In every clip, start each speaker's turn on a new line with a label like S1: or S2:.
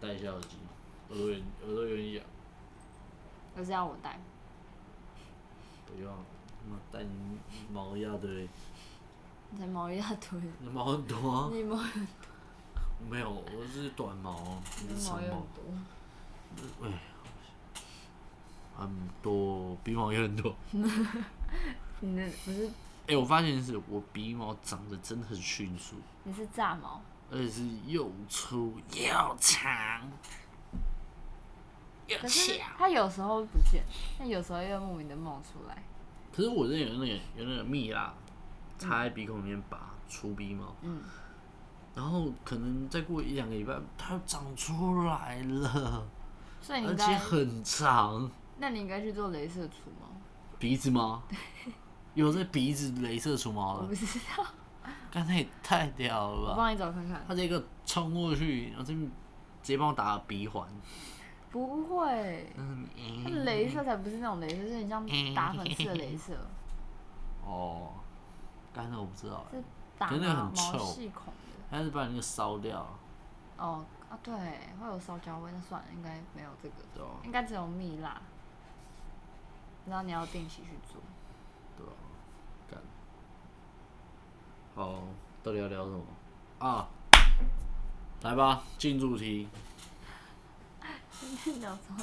S1: 戴一下耳机，我都愿我都愿意啊，
S2: 有是要我带？
S1: 不用，那戴你毛一大堆，
S2: 你才毛一大堆，
S1: 你毛很多啊，
S2: 你毛
S1: 没有，我是短毛，你
S2: 你
S1: 是
S2: 毛
S1: 长
S2: 也很
S1: 毛，
S2: 多，
S1: 哎，很多，鼻毛也很多。
S2: 你的不是
S1: 哎、我发现是我鼻毛长得真的很迅速，
S2: 你是炸毛，
S1: 而且是又粗又长又
S2: 可
S1: 小
S2: 是。它有时候不见，但有时候又莫名的冒出来。
S1: 可是我这有那个有那个蜜蜡插在鼻孔里面拔出鼻毛，
S2: 嗯，
S1: 然后可能再过一两个礼拜，它又长出来了，
S2: 所以你
S1: 而
S2: 哎应
S1: 且
S2: 该，
S1: 很长。
S2: 那你应该去做镭射除毛。
S1: 鼻子吗？有这鼻子镭射除毛
S2: 我
S1: 了
S2: 不，知道，
S1: 刚才也太屌
S2: 我
S1: 了吧！
S2: 帮你找看看。
S1: 他这个冲过去，然后这边直接帮我打鼻环。
S2: 不会，
S1: 嗯，
S2: 它镭射才不是那种镭射，是 很像打粉刺的镭射，
S1: 哦，刚才我不知道欸，
S2: 是打
S1: 可是那个
S2: 毛
S1: 很臭
S2: 毛细孔的。
S1: 他是把那个烧掉，
S2: 哦啊，对，会有烧焦味，那算了，应该没有这个，
S1: 对吧？
S2: 应该只有蜜蜡。然后你要定期去做。
S1: 对吧？干。好，到底要聊什么啊？来吧，进主题，
S2: 你要做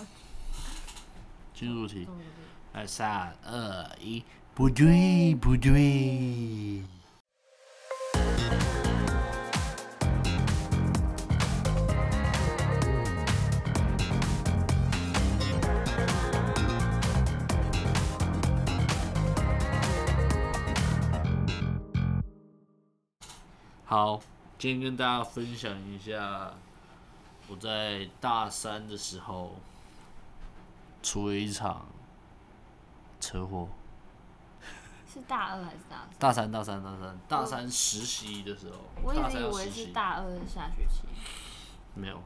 S1: 进主题
S2: 这。么多
S1: 来，三二一，不对，不对。好，今天跟大家分享一下我在大三的时候出了一场车祸。
S2: 是大二还是大三？
S1: 大三，大三，大三，大三实习的时候，
S2: 我
S1: 大
S2: 一直
S1: 三
S2: 以
S1: 要
S2: 为
S1: 实
S2: 是
S1: 习，
S2: 大二下学期，
S1: 没有，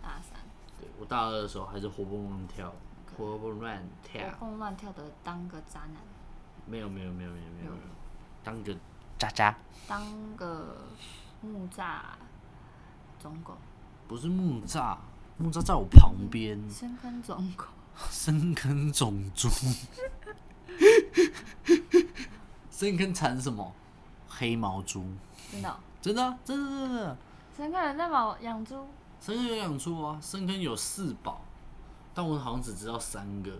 S2: 大三。
S1: 对我大二的时候还是活蹦乱跳，活蹦乱跳
S2: 活，蹦乱跳的当个渣男，
S1: 没有，没有，没有，没有，没有，
S2: 有
S1: 没有当个渣渣，
S2: 当个木栅总狗，
S1: 不是木栅，木栅在我旁边，
S2: 深坑总狗，
S1: 深坑种猪， 深坑产什么？黑毛猪，
S2: 真的哦、
S1: 真的啊，真的，真的，真的。
S2: 深坑人在毛养猪，
S1: 深坑有两处啊，深坑有四宝，但我好像只知道三个。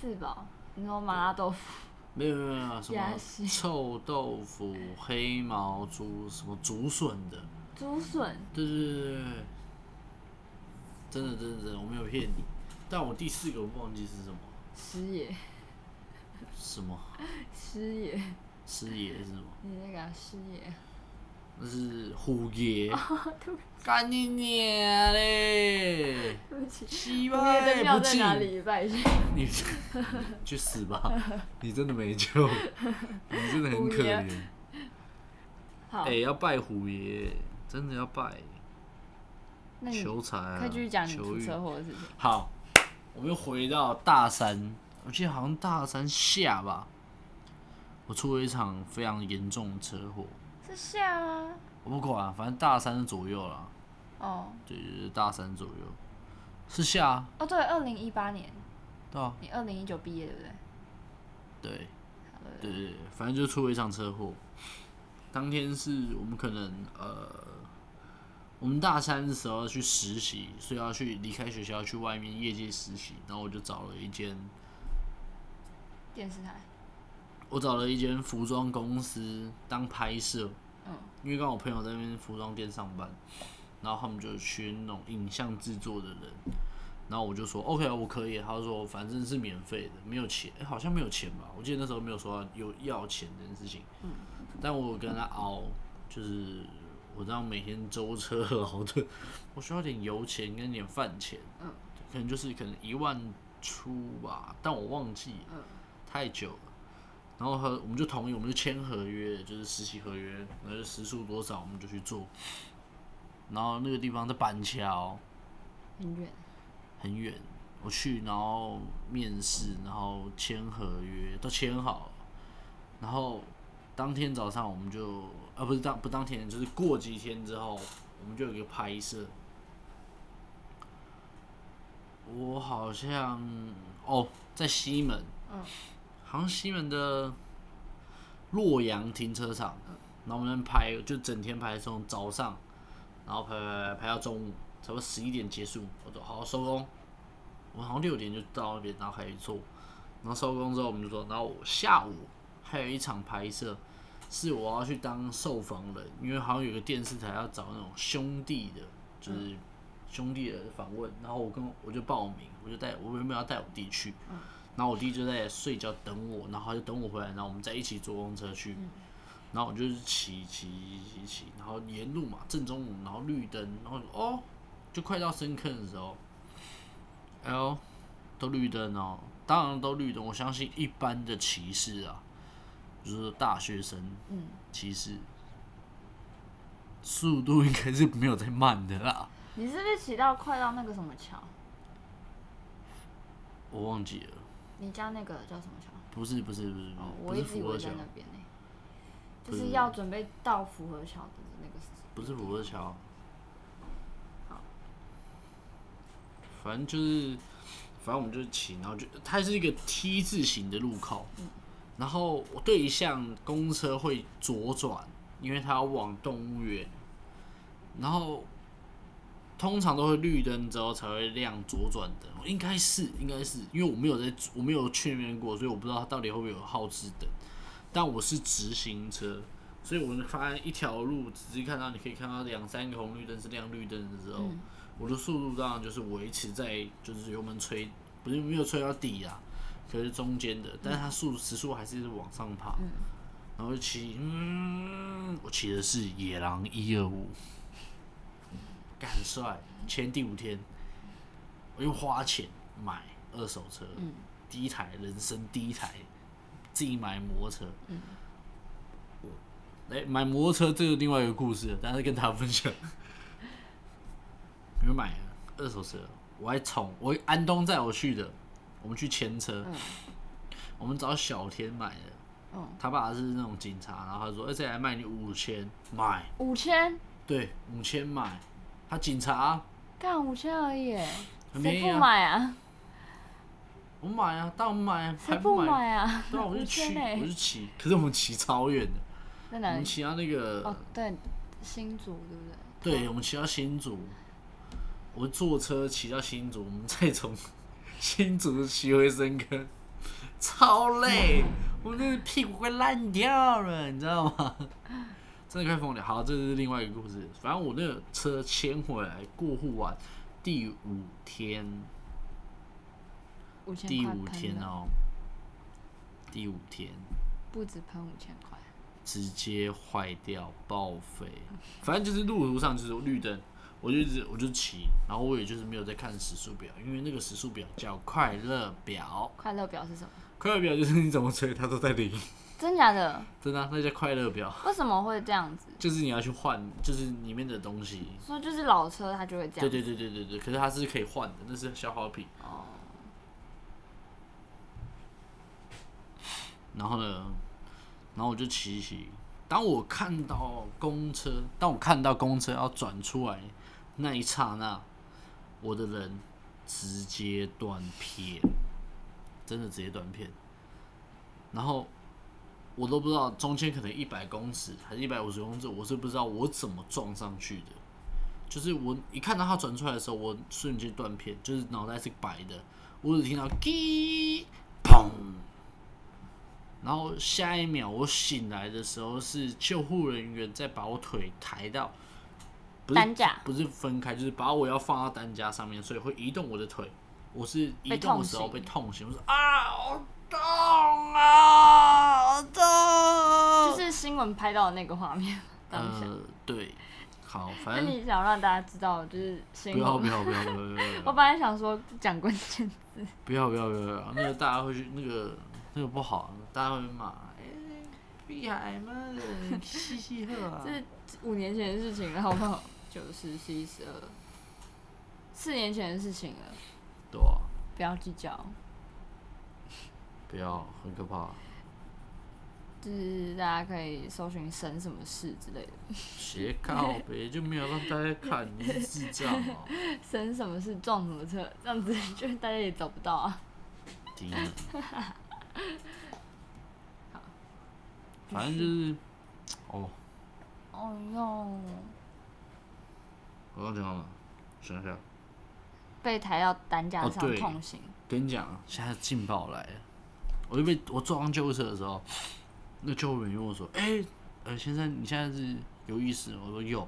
S2: 四宝，你说麻辣豆腐，
S1: 没有没有没有什
S2: 鸭血
S1: 么臭豆腐、黑毛猪、什么竹笋的，
S2: 竹笋，
S1: 对对对对对，真的真的真的，我没有骗你。但我第四个我忘记是什么，
S2: 师爷，
S1: 什么
S2: 师爷，
S1: 师爷是什么？
S2: 你那个师爷，
S1: 那是虎爷，
S2: 对不
S1: 干你娘嘞！
S2: 对不起，
S1: 鸡
S2: 你
S1: 巴
S2: 的
S1: 也
S2: 庙
S1: 不
S2: 在
S1: 进，
S2: 哪里？拜一下，
S1: 你去死吧！你真的没救，你真的很可
S2: 虎爷
S1: 怜。
S2: 好，
S1: 哎、要拜虎爷，真的要拜。
S2: 那你
S1: 求财、啊，
S2: 可以继续讲你
S1: 求
S2: 出
S1: 雨
S2: 车祸的事情，
S1: 好，我们又回到大三，我记得好像大三下吧，我出了一场非常严重的车祸。
S2: 是下啊吗？
S1: 我不管、啊反正大三左右啦，
S2: 哦
S1: 对，就是大三左右，是下啊，
S2: 哦，对，二零一八年，
S1: 对啊，
S2: 你二零一九毕业对不对？
S1: 对，
S2: 呃
S1: 对对，对反正就出了一场车祸。当天是我们可能呃，我们大三的时候要去实习，所以要去离开学校去外面业界实习，然后我就找了一间
S2: 电视台，
S1: 我找了一间服装公司当拍摄，
S2: 嗯，
S1: 因为刚好我朋友在那边服装店上班，然后他们就缺那种影像制作的人，然后我就说 OK，我啊可以。他就说反正是免费的，没有钱，诶好像没有钱吧？我记得那时候没有说有要钱这件事情，嗯，但我跟他熬，就是我这样每天舟车劳顿，我需要点油钱跟点饭钱，
S2: 嗯，
S1: 可能就是可能一万出吧，但我忘记了，
S2: 嗯
S1: 太久了。然后和我们就同意，我们就签合约，就是实习合约，然后就时数多少我们就去做。然后那个地方在板桥，
S2: 很远，
S1: 很远，我去，然后面试，然后签合约，呃都签好了。然后当天早上我们就，啊，不是当不当天，就是过几天之后，我们就有一个拍摄。我好像哦，在西门，
S2: 嗯，
S1: 好像西门的洛阳停车场，然后我们拍就整天拍，从早上，然后拍拍拍到中午，差不多十一点结束，我说好收工，我好像六点就到那边，然后还做，然后收工之后我们就说，然后我下午还有一场拍摄。是我要去当受访人，因为好像有个电视台要找那种兄弟的，就是兄弟的访问，然后我跟我就报名，我就带我原本要带我弟去，然后我弟就在睡觉等我，然后他就等我回来，然后我们再一起坐公车去，然后我就是骑骑骑骑，然后沿路嘛正中午，然后绿灯，然后哦就快到深坑的时候，哎呦都绿灯哦，当然都绿灯，我相信一般的骑士啊，就是大学生
S2: 嗯，
S1: 骑士。速度应该是没有在慢的啦，
S2: 你是不是骑到快到那个什么桥？
S1: 我忘记了，
S2: 你家那个叫什么桥？
S1: 不是不是不是，
S2: 哦，
S1: 不
S2: 我
S1: 是
S2: 一直以
S1: 福和
S2: 为
S1: 桥
S2: 在，那边呢、就
S1: 不是
S2: 是要准备到福和桥的那个时间。
S1: 不是福和桥。反正就是，反正我们就骑，然后就它是一个 T 字形的路口，然后我对向公车会左转，因为它要往动物园，然后通常都会绿灯之后才会亮左转灯，应该是应该是，因为我没有在我没有去那边过，所以我不知道它到底会不会有号志灯，但我是直行车，所以我们发现一条路仔细看到，你可以看到两三个红绿灯是亮绿灯的时候，我的速度当然就是维持在就是油门吹，不是没有吹到底啊，可是中间的，但是它速时速还是往上爬，然后就骑，嗯，我骑的是野狼一二五，干帅，前第五天，我又花钱买二手车，第一台人生第一台自己买摩托车，我哎、买摩托车这个另外一个故事，但是跟大家分享，你们买啊二手车，我还从我安东载我去的，我们去牵车，我们找小天买的。
S2: 嗯，
S1: 他爸是那种警察，然后他说：“哎、这台卖你五千，买，
S2: 五千，
S1: 对，五千买。”他警察，啊
S2: 干五千而已、欸，
S1: 很
S2: 谁
S1: 便宜
S2: 不
S1: 啊
S2: 买啊？
S1: 我买啊，当然买啊，
S2: 谁
S1: 还
S2: 不
S1: 买？
S2: 买 啊？
S1: 对啊，我就
S2: 五
S1: 骑，
S2: 千
S1: 我
S2: 欸
S1: 就骑，可是我们骑超远的，
S2: 在
S1: 我
S2: 哪
S1: 们
S2: 里？
S1: 骑到那个，
S2: 哦，对，新竹对不对？
S1: 对，我们骑到新竹，我坐车骑到新竹，我们再从新竹骑回深坑，超累，我们那个屁股快烂掉了，你知道吗？真的快疯掉。好，这是另外一个故事。反正我那个车牵回来过户完第五天，
S2: 五千
S1: 第
S2: 块
S1: 五天
S2: 喷了，
S1: 哦，第五天
S2: 不止喷五千块，
S1: 直接坏掉报废，反正就是路途上就是绿灯，我就一直我就骑，然后我也就是没有在看时速表，因为那个时速表叫快乐表，
S2: 快乐表是什么？
S1: 快乐表就是你怎么吹它都在零，
S2: 真假的？
S1: 真的啊、那叫快乐表，
S2: 为什么会这样子？
S1: 就是你要去换，就是里面的东西。
S2: 说就是老车它就会这
S1: 对
S2: 样。
S1: 对对对对对，可是它是可以换的，那是消耗品。
S2: 哦，
S1: 然后呢，然后我就骑一骑。当我看到公车，当我看到公车要转出来那一刹那，我的人直接断片，真的直接断片。然后我都不知道中间可能一百公尺还是一百五十公尺，我是不知道我怎么撞上去的。就是我一看到它转出来的时候，我瞬间断片，就是脑袋是白的，我只听到“叽”砰。然后下一秒我醒来的时候，是救护人员在把我腿抬到，不是
S2: 担架
S1: 不是分开，就是把我要放到担架上面，所以会移动我的腿。我是移
S2: 被
S1: 动
S2: 痛
S1: 的时候
S2: 醒
S1: 被痛醒，我说啊，好痛啊，好痛！哦
S2: 就是新闻拍到的那个画面。当下，
S1: 呃，对，好，
S2: 那
S1: 反正
S2: 你想让大家知道就是新
S1: 不要
S2: 闻
S1: 不
S2: 吗？
S1: 要不要不要不要
S2: 我本来想说讲关键字，
S1: 不要不要不要不要，那个大家会去那个那个不好，大家会骂，哎，厉害嘛，嘻嘻呵啊
S2: 这，是五年前的事情了，好不好？九十、十一、十二，四年前的事情了，
S1: 对啊，
S2: 不要计较。
S1: 不要，很可怕。
S2: 就是大家可以搜寻“神什么事”之类的，
S1: 斜靠呗，就没有让大家看，你是智障哦、
S2: 神什么事撞什么车，这样子就大家也找不到啊。
S1: 低能。反正就是，哦，
S2: 哦哟，
S1: 我刚讲到哪？想一下，
S2: 被抬到担架
S1: 哦
S2: 上
S1: 对
S2: 痛刑，
S1: 跟你讲，啊现在劲爆来了。我就被我坐上救护车的时候，那救护员问我说：“哎、呃，先生，你现在是有意识吗？”我说：“有。”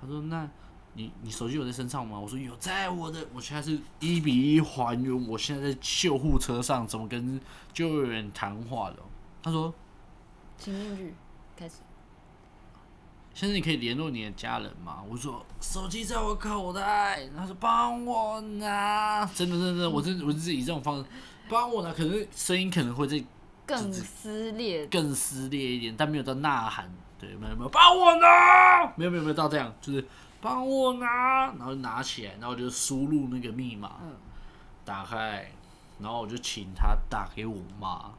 S1: 他说：“那你你手机有在身上吗？”我说：“有，在我的。”我现在是一比一还原，我现在在救护车上怎么跟救护员谈话的哦。他说：“
S2: 请进去，开始。
S1: 先生，你可以联络你的家人吗？我说手机在我口袋，他说帮我拿，真的真的，我真我是以这种方式帮我拿，可是声音可能会再
S2: 更撕裂，
S1: 更撕裂一点，但没有到呐喊，对，没有没有帮我拿，没有没有没有到这样，就是帮我拿，然后拿起来，然后我就输入那个密码，
S2: 嗯
S1: 打开，然后我就请他打给我妈，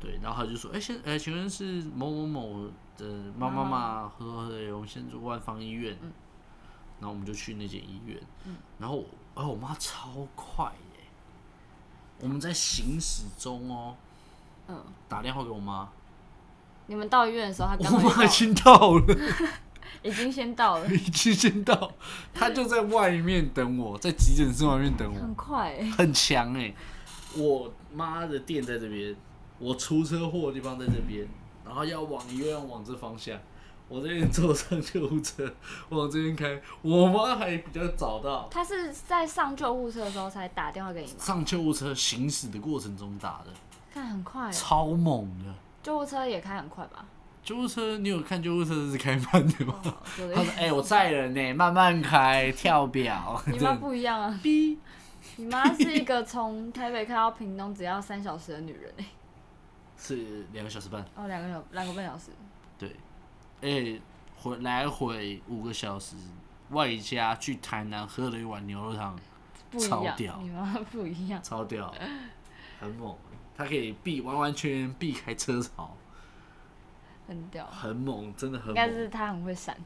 S1: 对，然后他就说，哎、先，哎、请问是某某某的妈妈吗？嗯他说对，我们现在住万方医院，然后我们就去那间医院，然后我，哎、我妈超快耶、我们在行驶中哦、
S2: 嗯，
S1: 打电话给我妈，
S2: 你们到医院的时候，他刚
S1: 我妈
S2: 好
S1: 已经到了，
S2: 已经先到了，
S1: 已经先到，她就在外面等我，在急诊室外面等
S2: 很
S1: 我，
S2: 快欸、
S1: 很强哎、我妈的店在这边，我出车祸的地方在这边，然后要往医院往这方向，我这边坐上救护车往这边开，我妈还比较早到，
S2: 他是在上救护车的时候才打电话给你吗？
S1: 上救护车行驶的过程中打的，
S2: 看很快欸、
S1: 超猛的。
S2: 救护车也开很快吧？
S1: 救护车，你有看救护车是开慢的吗？
S2: 哦对不
S1: 他说
S2: 对？：“
S1: 哎、我载人呢、慢慢开，跳表。”
S2: 你妈不一样 啊，
S1: 逼，
S2: 你妈是一个从台北开到屏东只要三小时的女人、欸、
S1: 是两个小时半，
S2: 哦，两个小两个半小时，
S1: 对，哎、回来回五个小时，外加去台南喝了一碗牛肉汤，
S2: 不一
S1: 超屌
S2: 样，你妈不一样，
S1: 超 屌，很猛，他可以避完完全全避开车潮，
S2: 很屌，
S1: 很猛，真的很
S2: 应该是
S1: 猛，
S2: 她很会闪。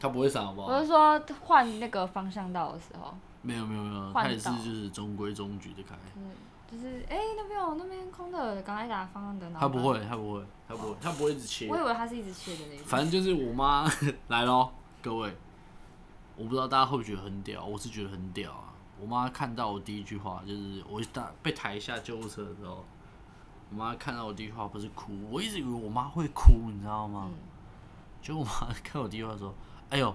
S1: 他不会闪好不
S2: 我
S1: 好
S2: 是？说换那个方向道的时候，
S1: 没有没有没有，
S2: 换
S1: 他也是
S2: 道
S1: 就是中规中矩的开，
S2: 嗯，就是哎、那边有那边空的，赶快打方向灯。然后
S1: 他不会他不会他不会他不会一直切
S2: 我，以为他是一直切的那种。
S1: 反正就是我妈来咯，各位，我不知道大家会不会觉得很屌，我是觉得很屌啊。我妈看到我第一句话就是我打被抬下救护车的时候，我妈看到我第一句话不是哭，我一直以为我妈会哭，你知道吗？结果我妈看我第一句话说：“哎呦，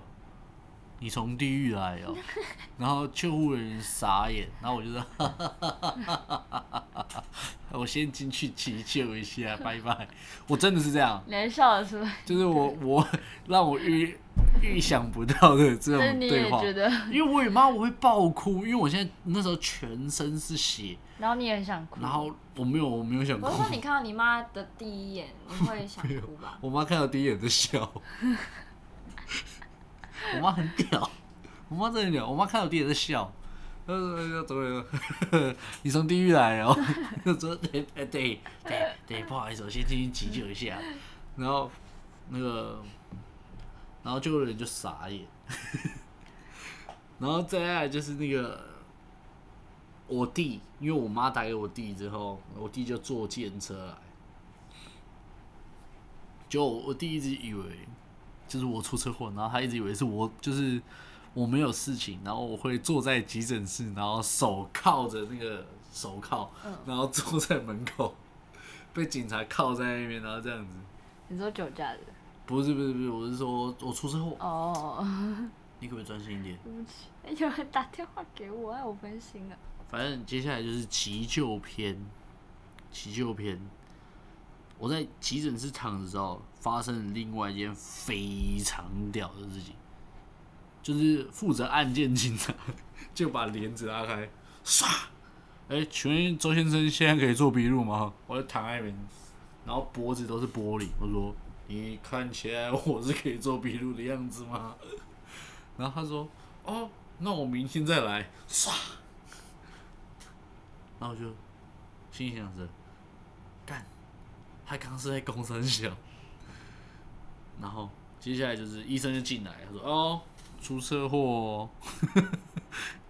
S1: 你从地狱来哦。”然后救护人员傻眼，然后我就说：“哈哈哈哈哈哈！我先进去急救一下，拜拜。”我真的是这样。
S2: 你还笑得出来，
S1: 就是我我 让我预预想不到的这
S2: 但是
S1: 种
S2: 你
S1: 对
S2: 也
S1: 话，
S2: 觉得，
S1: 因为我与妈我会爆哭，因为我现在那时候全身是血，
S2: 然后你也很想哭。
S1: 然后我没有我没有想哭？
S2: 我是，说，你看到你妈的第一眼，你会想哭吧
S1: 我妈看到第一眼在笑，我妈很屌，我妈真的很屌，我妈看到第一眼在笑。呃，呃怎么了？ 你从地狱来哦！我说对对对对对，不好意思，我先进去急救一下。然后那个，然后救护人就傻眼，然后再来就是那个我弟，因为我妈打给我弟之后，我弟就坐电车来，就我我弟一直以为就是我出车祸，然后他一直以为是我就是我没有事情，然后我会坐在急诊室，然后手铐着那个手铐，然后坐在门口 被警察铐在那边，然后这样子。
S2: 你说酒驾的
S1: 不是不是不是，我是说我出车祸，
S2: 哦，
S1: 你可不可以专心一点？
S2: 对不起，哎有人打电话给我，哎，我分心了。
S1: 反正接下来就是急救篇，急救篇。我在急诊室躺着的时候，发生了另外一件非常屌的事情，就是负责案件警察就把帘子拉开，唰！哎、请问周先生现在可以做笔录吗？我就躺在那边，然后脖子都是玻璃。我说：“你看起来我是可以做笔录的样子吗？”然后他说：“哦，那我明天再来。”唰！然后我就心里想着，干，他刚是在公三小，然后接下来就是医生就进来，他说哦，出车祸哦，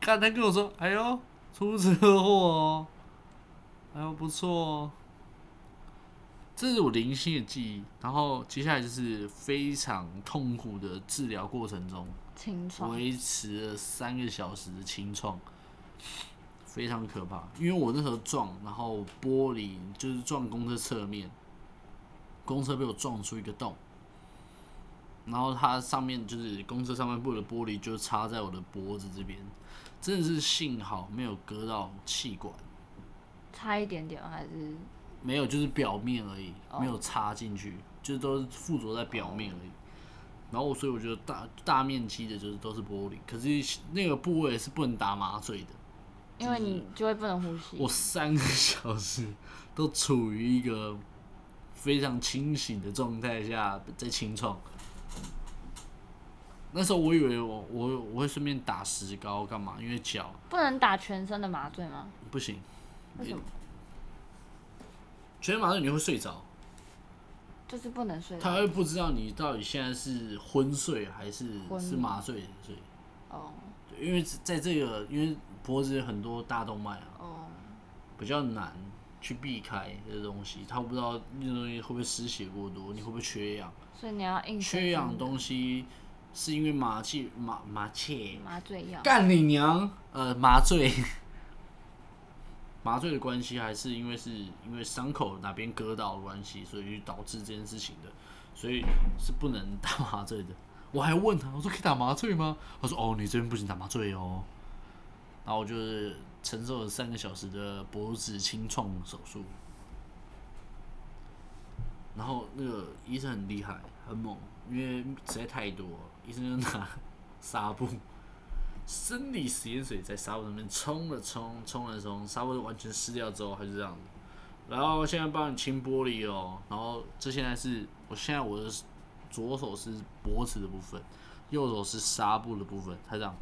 S1: 看他跟我说，哎呦，出车祸哦，哎呦不错哦，这是我零星的记忆。然后接下来就是非常痛苦的治疗过程中，
S2: 清爽，
S1: 维持了三个小时的清创，非常可怕。因为我那时候撞，然后玻璃就是撞公车侧面，公车被我撞出一个洞，然后它上面就是公车上半部的玻璃就插在我的脖子这边，真的是幸好没有割到气管，
S2: 差一点点还是
S1: 没有就是表面而已，
S2: 哦
S1: 没有插进去，就是都是附着在表面而已。然后所以我觉得大大面积的就是都是玻璃，可是那个部位是不能打麻醉的。
S2: 因为你就会不能呼吸
S1: 我，三个小时都处于一个非常清醒的状态下在清创。那时候我以为我我我会顺便打石膏干嘛，因为脚
S2: 不能打全身的麻醉吗？
S1: 不行，
S2: 为什么？
S1: 全身麻醉你会睡着，
S2: 就是不能睡
S1: 他
S2: 着
S1: 会不知道你到底现在是昏睡还是
S2: 昏迷
S1: 是麻醉睡。
S2: 哦
S1: 对因为在这个，因为脖子有很多大动脉啊，
S2: 哦，
S1: 比较难去避开这个东西。他不知道那东西会不会失血过多，你会不会缺氧？
S2: 所以你要硬生
S1: 缺氧的
S2: 生
S1: 东西是因为麻气麻麻气
S2: 的麻醉药，
S1: 干你娘！呃，麻醉 麻醉的关系，还是因为是因为伤口哪边割到的关系，所以导致这件事情的，所以是不能打麻醉的。 我还问他，我说可以打麻醉吗？他说哦，你这边不行打麻醉哦。然后我就是承受了三个小时的脖子清创手术，然后那个医生很厉害，很猛，因为实在太多了，医生就拿纱布生理食盐水在纱布上面冲了冲，冲了冲，纱布完全湿掉之后，它就这样子。然后现在帮你清玻璃哦，然后这现在是我现在我的左手是脖子的部分，右手是纱布的部分，它这样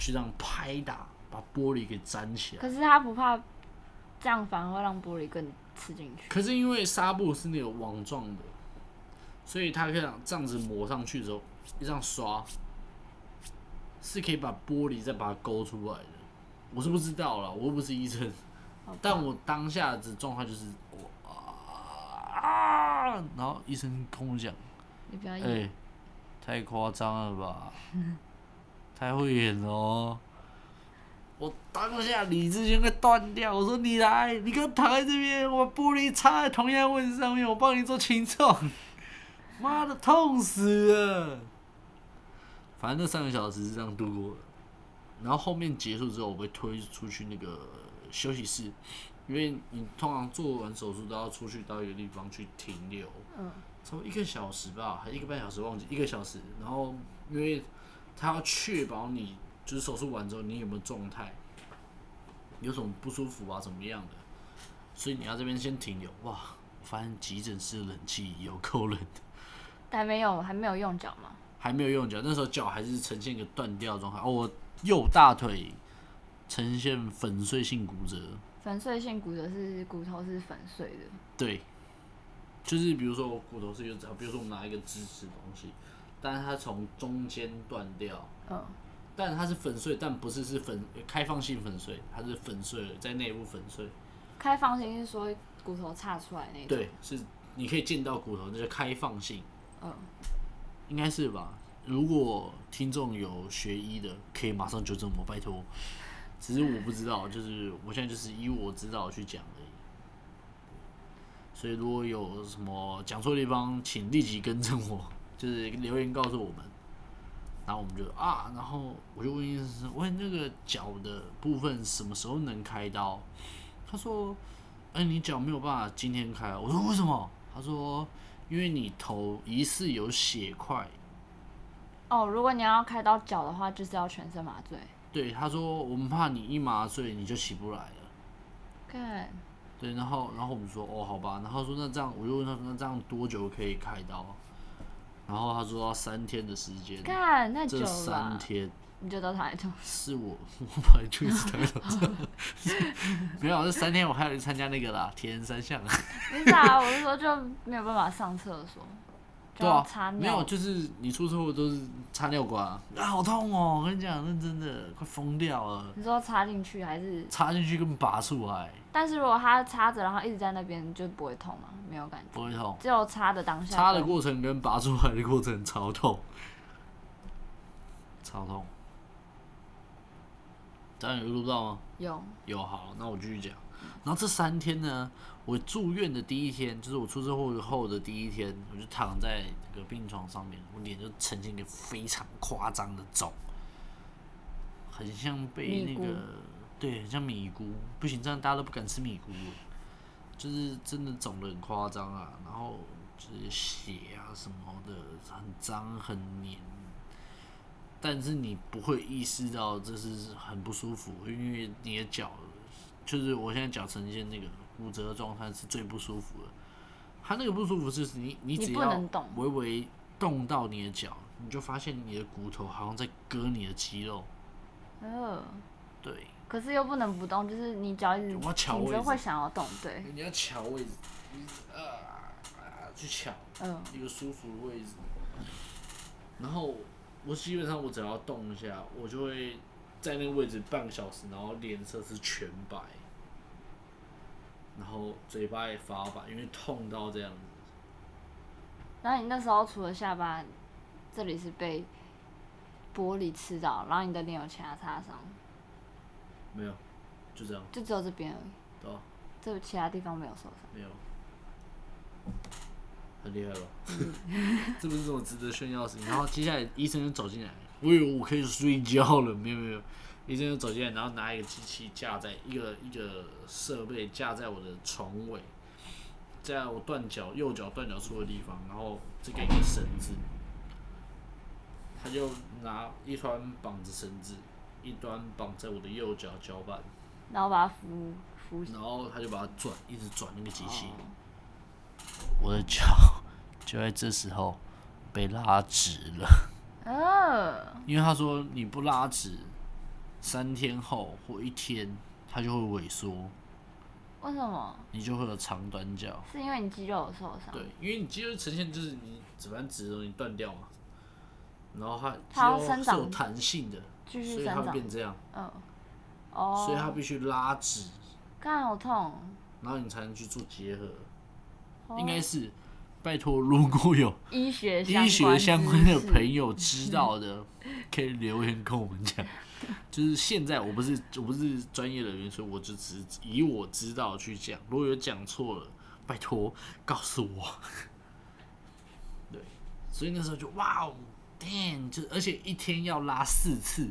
S1: 去这样拍打，把玻璃给粘起来。
S2: 可是他不怕这样反而会让玻璃更刺进去，
S1: 可是因为纱布是那个网状的，所以它可以让这样子抹上去之后，这样刷，是可以把玻璃再把它勾出来的。我是不知道啦，我又不是医生，
S2: 好吧
S1: 但我当下的状态就是我啊，啊然后医生跟我讲，
S2: 你不要
S1: 哎、
S2: 硬。
S1: 太夸张了吧，太会演了哦。我当下理智线快断掉，我说你来，你给我躺在这边，我把玻璃插在同样位置上面，我帮你做清创。 妈的，痛死了！反正那三个小时是这样度过的。然后后面结束之后，我被推出去那个休息室，因为你通常做完手术都要出去到一个地方去停留，
S2: 嗯，
S1: 差不多一个小时吧，还一个半小时忘记一个小时。然后因为他要确保你就是手术完之后你有没有状态，有什么不舒服啊，怎么样的，所以你要这边先停留。哇，我发现急诊室的冷气有够冷的，
S2: 还没有还没有用脚嘛，
S1: 还没有用脚，那时候脚还是呈现一个断掉的状态。哦，我右大腿呈现粉碎性骨折，
S2: 粉碎性骨折是骨头是粉碎的，
S1: 对，就是比如说我骨头是有，比如说我们拿一个支持的东西，但是它从中间断掉。
S2: 嗯，
S1: 但它是粉碎，但不是是粉开放性粉碎，它是粉碎了在内部粉碎。
S2: 开放性是说骨头岔出来那种，
S1: 对，是你可以见到骨头，那叫开放性，
S2: 嗯，
S1: 应该是吧？如果听众有学医的，可以马上纠正我，拜托。只是我不知道，就是我现在就是以我知道去讲而已。所以如果有什么讲错的地方，请立即更正我， 就是留言告诉我们。然后我们就啊，然后我就问医生，问那个脚的部分什么时候能开刀？他说，哎、你脚没有办法今天开啊。我说为什么？他说，因为你头疑似有血块。
S2: 哦，如果你要开刀脚的话，就是要全身麻醉。
S1: 对，他说我们怕你一麻醉你就起不来了。
S2: 看，
S1: 对，然后然后我们说哦，好吧，然后他说那这样，我就问他说那这样多久可以开刀？然后他说要三天的时间，
S2: 看，那久
S1: 这
S2: 了
S1: 三
S2: 吧，
S1: 天
S2: 你就到台中，
S1: 是我，我本来就一直在想这样 没有，这三天我还有去参加那个啦，铁人三项。 啊
S2: 你咋？我是说就没有办法上厕所，就
S1: 对
S2: 要
S1: 啊
S2: 擦，
S1: 没有，
S2: 尿。
S1: 就是你出车祸都是擦尿管啊，啊好痛哦！我跟你讲，认真的，快疯掉了，
S2: 你说插进去还是？
S1: 插进去根本拔出来，
S2: 但是如果它插着，然后一直在那边，就不会痛嘛，没有感觉。
S1: 不会痛。
S2: 只有插的当下。
S1: 插的。过程跟拔出来的过程超痛，超痛。当然有录到吗？
S2: 有，
S1: 有好，那我继续讲。然后这三天呢，我住院的第一天，就是我出车祸后的第一天，我就躺在那个病床上面，我脸就呈现一个非常夸张的肿，很像被那
S2: 米
S1: 个
S2: 糊
S1: 对，很像米糊，不行，这样大家都不敢吃米糊了，就是真的肿的很夸张啊，然后就是血啊什么的，很脏很黏，但是你不会意识到这是很不舒服，因为你的脚，就是我现在脚呈现那个骨折的状态是最不舒服的。它那个不舒服是你你
S2: 你
S1: 只
S2: 不
S1: 要
S2: 能动
S1: 微微动到你的脚，你就发现你的骨头好像在割你的肌肉。
S2: 呃，
S1: 对，
S2: 可是又不能不动，就是你脚一直
S1: 我要抢
S2: 挺
S1: 位
S2: 着
S1: 置
S2: 会想要动，对，
S1: 你要抢位置，你啊啊去抢
S2: 嗯、
S1: 一个舒服的位置。然后我基本上我只要动一下，我就会在那个位置半个小时，然后脸色是全白，然后嘴巴也发白，因为痛到这样子。
S2: 然后你那时候除了下巴，这里是被玻璃刺到，然后你的脸有其他擦伤，
S1: 没有，就这样，
S2: 就只有这边而已，
S1: 对吧、
S2: 这其他地方没有受伤。
S1: 没有，很厉害吧？ 这不是什么值得炫耀的事情。然后接下来医生就走进来，我以为我可以睡觉了，没有没有。医生就走进来，然后拿一个机器架在一个一个设备架在我的床尾，在我断脚右脚断脚处的地方，然后这个一个绳子，他就拿一端绑着绳子，一端绑在我的右脚脚板，
S2: 然后把它扶扶起。
S1: 然后他就把它转，一直转那个机器。
S2: 哦
S1: 我的脚就在这时候被拉直了，
S2: 呃，
S1: 因为他说你不拉直，三天后或一天它就会萎缩，
S2: 为什么？
S1: 你就会有长短脚。
S2: 是因为你肌肉有受伤
S1: 对，，因为你肌肉呈现就是你指板直的东西断掉嘛，然后
S2: 它
S1: 它
S2: 要
S1: 肌
S2: 生
S1: 肉是
S2: 长
S1: 有弹性的，
S2: 继
S1: 所
S2: 续
S1: 以
S2: 生
S1: 它会
S2: 长。
S1: 变这样，
S2: 嗯、
S1: 所以它
S2: 哦，
S1: 必须拉直，
S2: 看好痛。
S1: 然后你才能去做结合。
S2: 哦
S1: 应该是，拜托，如果有
S2: 医学
S1: 医学相关的
S2: 友，
S1: 朋友知道的，可以留言跟我们讲。 就是现在我不是我不是专业人员，所以我就只以我知道去讲。如果有讲错了，拜托告诉我。 对，所以那时候就哇哦，damn！就而且一天要拉四次，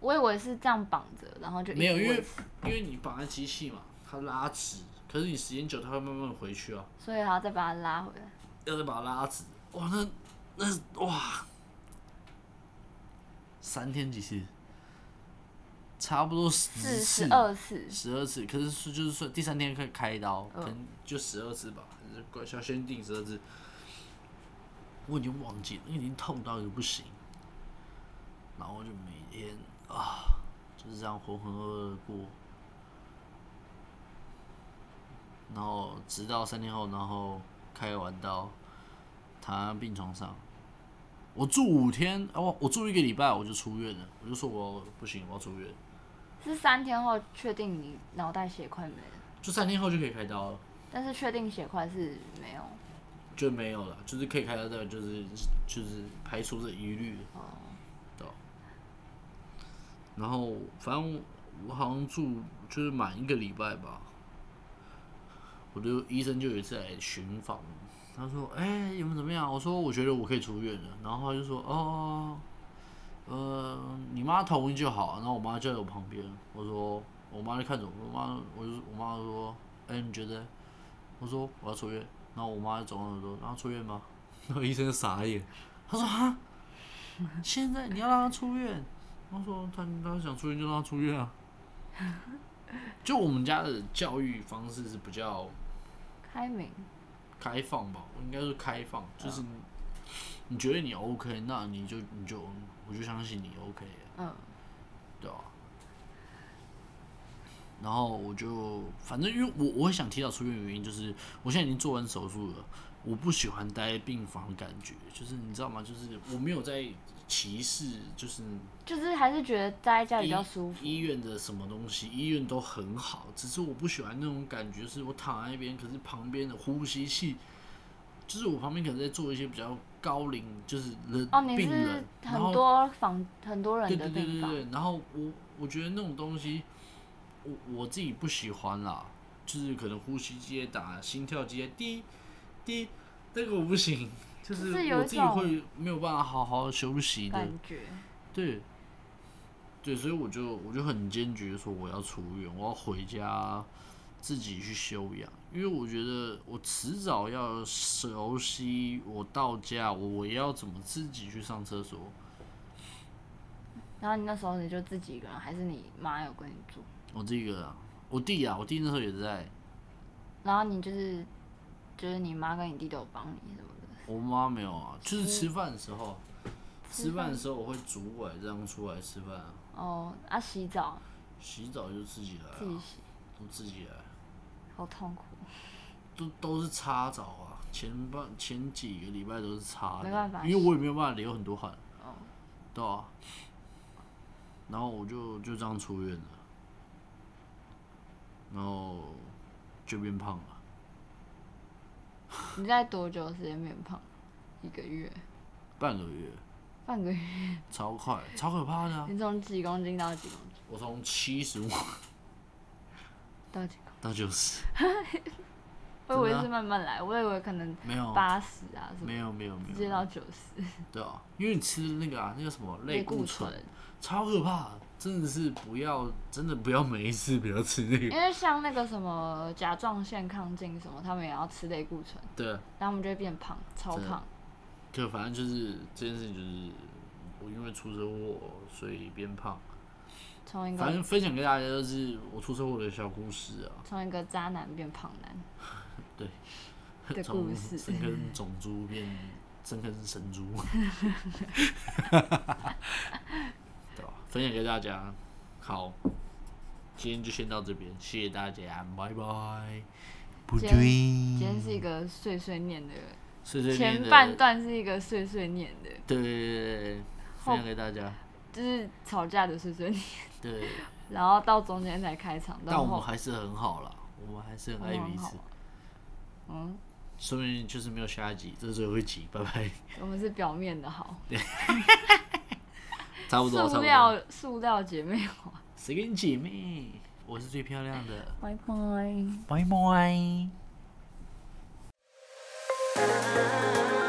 S2: 我以为是这样绑着，然后就一
S1: 没有，
S2: 直
S1: 因为
S2: 维持
S1: 因为你绑在机器嘛，它拉直，可是你时间久，它会慢慢回去啊。
S2: 所以还要再把它拉回来。
S1: 要再把它拉直。哇，那那是哇，三天几次？差不多十
S2: 四
S1: 次
S2: 十，二次，
S1: 十二次。可是是就是说第三天可以开刀，
S2: 嗯
S1: 可能就十二次吧，还是乖小先定十二次。我已经忘记了，因为已经痛到一个不行，然后我就每天啊，就是这样浑浑噩噩地过。然后直到三天后，然后开完刀，躺在病床上。我住五天，哦，我住一个礼拜我就出院了，我就说我不行，我要出院。
S2: 是三天后确定你脑袋血块没了，
S1: 就三天后就可以开刀了，
S2: 但是确定血块是没有。
S1: 就没有了，就是可以开刀的，就是就是排除这疑虑，
S2: 哦，
S1: 对。然后反正我好像住就是满一个礼拜吧，我就医生就有一次来巡访，他说：“哎、你们怎么样？”我说：“我觉得我可以出院了。”然后他就说：“哦，呃，你妈同意就好。”然后我妈就在我旁边，我说：“我妈就看着我，我妈我就我妈就说：‘哎、你觉得？’我说：‘我要出院。’然后我妈就走过来说：‘然啊后出院吗？’然后医生就傻眼，他说：‘啊，现在你要让他出院？’我说：‘他他想出院就让他出院啊。’就我们家的教育方式是比较
S2: 开明，
S1: 开放吧，应该是开放，就是你你觉得你 OK，那你就你就我就相信你 OK，
S2: 嗯，
S1: 对吧、然后我就反正因为我我会想提早出院的原因就是我现在已经做完手术了，我不喜欢待病房的感觉，就是你知道吗？就是我没有在歧视，就是
S2: 就是还是觉得待在家里比较
S1: 医
S2: 舒服。
S1: 医院的什么东西，医院都很好，只是我不喜欢那种感觉，是我躺在那边，可是旁边的呼吸器，就是我旁边可能在做一些比较高龄，就是人、
S2: 哦，你
S1: 病
S2: 是
S1: 人，然
S2: 很
S1: 后
S2: 多房很多
S1: 对
S2: 人的
S1: 对对
S2: 病
S1: 对
S2: 房，
S1: 对，然后我我觉得那种东西，我我自己不喜欢啦，就是可能呼吸机在打，心跳机在滴滴，那个我不行，就是
S2: 就是有
S1: 我
S2: 一
S1: 自己
S2: 种
S1: 会没有办法好好休息的
S2: 感，觉
S1: 对，对，所以我就我就很坚决说我要出院，我要回家自己去休养，因为我觉得我迟早要熟悉，我到家我我要怎么自己去上厕所，
S2: 然后你那时候你就自己一个人，还是你妈有跟你住？
S1: 我自己一个人啊，我弟啊，我弟那时候也在，
S2: 然后你就是就是你妈跟你弟都有帮你什么的，
S1: 我妈没有啊，就是吃饭的时候，
S2: 嗯吃
S1: 吃饭
S2: 饭
S1: 的时候我会拄拐这样出来吃饭啊、
S2: 哦，啊洗澡
S1: 洗澡就自己来、
S2: 自己
S1: 啊，
S2: 洗，
S1: 都自己来，
S2: 好痛苦，
S1: 都都是擦澡啊，前半前几个礼拜都是擦的，
S2: 没办法
S1: 因为我也没有办法流很多汗，
S2: 哦，
S1: 对啊，然后我就就这样出院了，然后就变胖了，
S2: 你在多久的时间变胖？一个月，
S1: 半个月，
S2: 半个月，
S1: 超快，超可怕的啊、
S2: 你从几公斤到几公斤？
S1: 我从七十五
S2: 到几公斤？
S1: 到九十，
S2: 我以为
S1: 真的啊
S2: 是慢慢来，我以为可能
S1: 没有，
S2: 八十啊什么，
S1: 哦没有，没有，没
S2: 直
S1: 有，
S2: 接到九十。
S1: 对啊，因为你吃的那个啊，那叫什么 类固
S2: 固
S1: 醇，，超可怕，真的是不要，真的不要每一次不要吃那个。
S2: 因为像那个什么甲状腺亢进什么，他们也要吃类固醇，
S1: 对啊，
S2: 然后他们就会变胖，超
S1: 真的
S2: 胖。
S1: 就反正就是这件事情，就是我因为出车祸，所以变胖。
S2: 从一
S1: 反
S2: 个
S1: 正分享给大家就是我出车祸的小故事啊，，
S2: 从一个渣男变胖男
S1: 对
S2: 的
S1: 从
S2: 故事。
S1: 生根种猪变生根神 猪，对吧、分享给大家，好，今天就先到这边，谢谢大家，拜拜。不
S2: 今天今天是一个碎碎念的，
S1: 碎碎念
S2: 前
S1: 的
S2: 半段是一个碎碎念的，
S1: 对对对对，分享给大家。
S2: 就是吵架的碎碎念，
S1: 对，
S2: 然后到中间才开场，
S1: 但
S2: 到
S1: 我们
S2: 后
S1: 还是很好啦，我们还是很爱
S2: 我们
S1: 彼
S2: 很好
S1: 此
S2: 啊。嗯，
S1: 说明就是没有下一集，这是最后一集，拜拜。
S2: 我们是表面的好，
S1: 差不多，差
S2: 塑
S1: 不多。
S2: 料塑料姐妹花，
S1: 谁跟你姐妹？我是最漂亮的，
S2: 拜拜。
S1: 拜拜。
S3: Bye.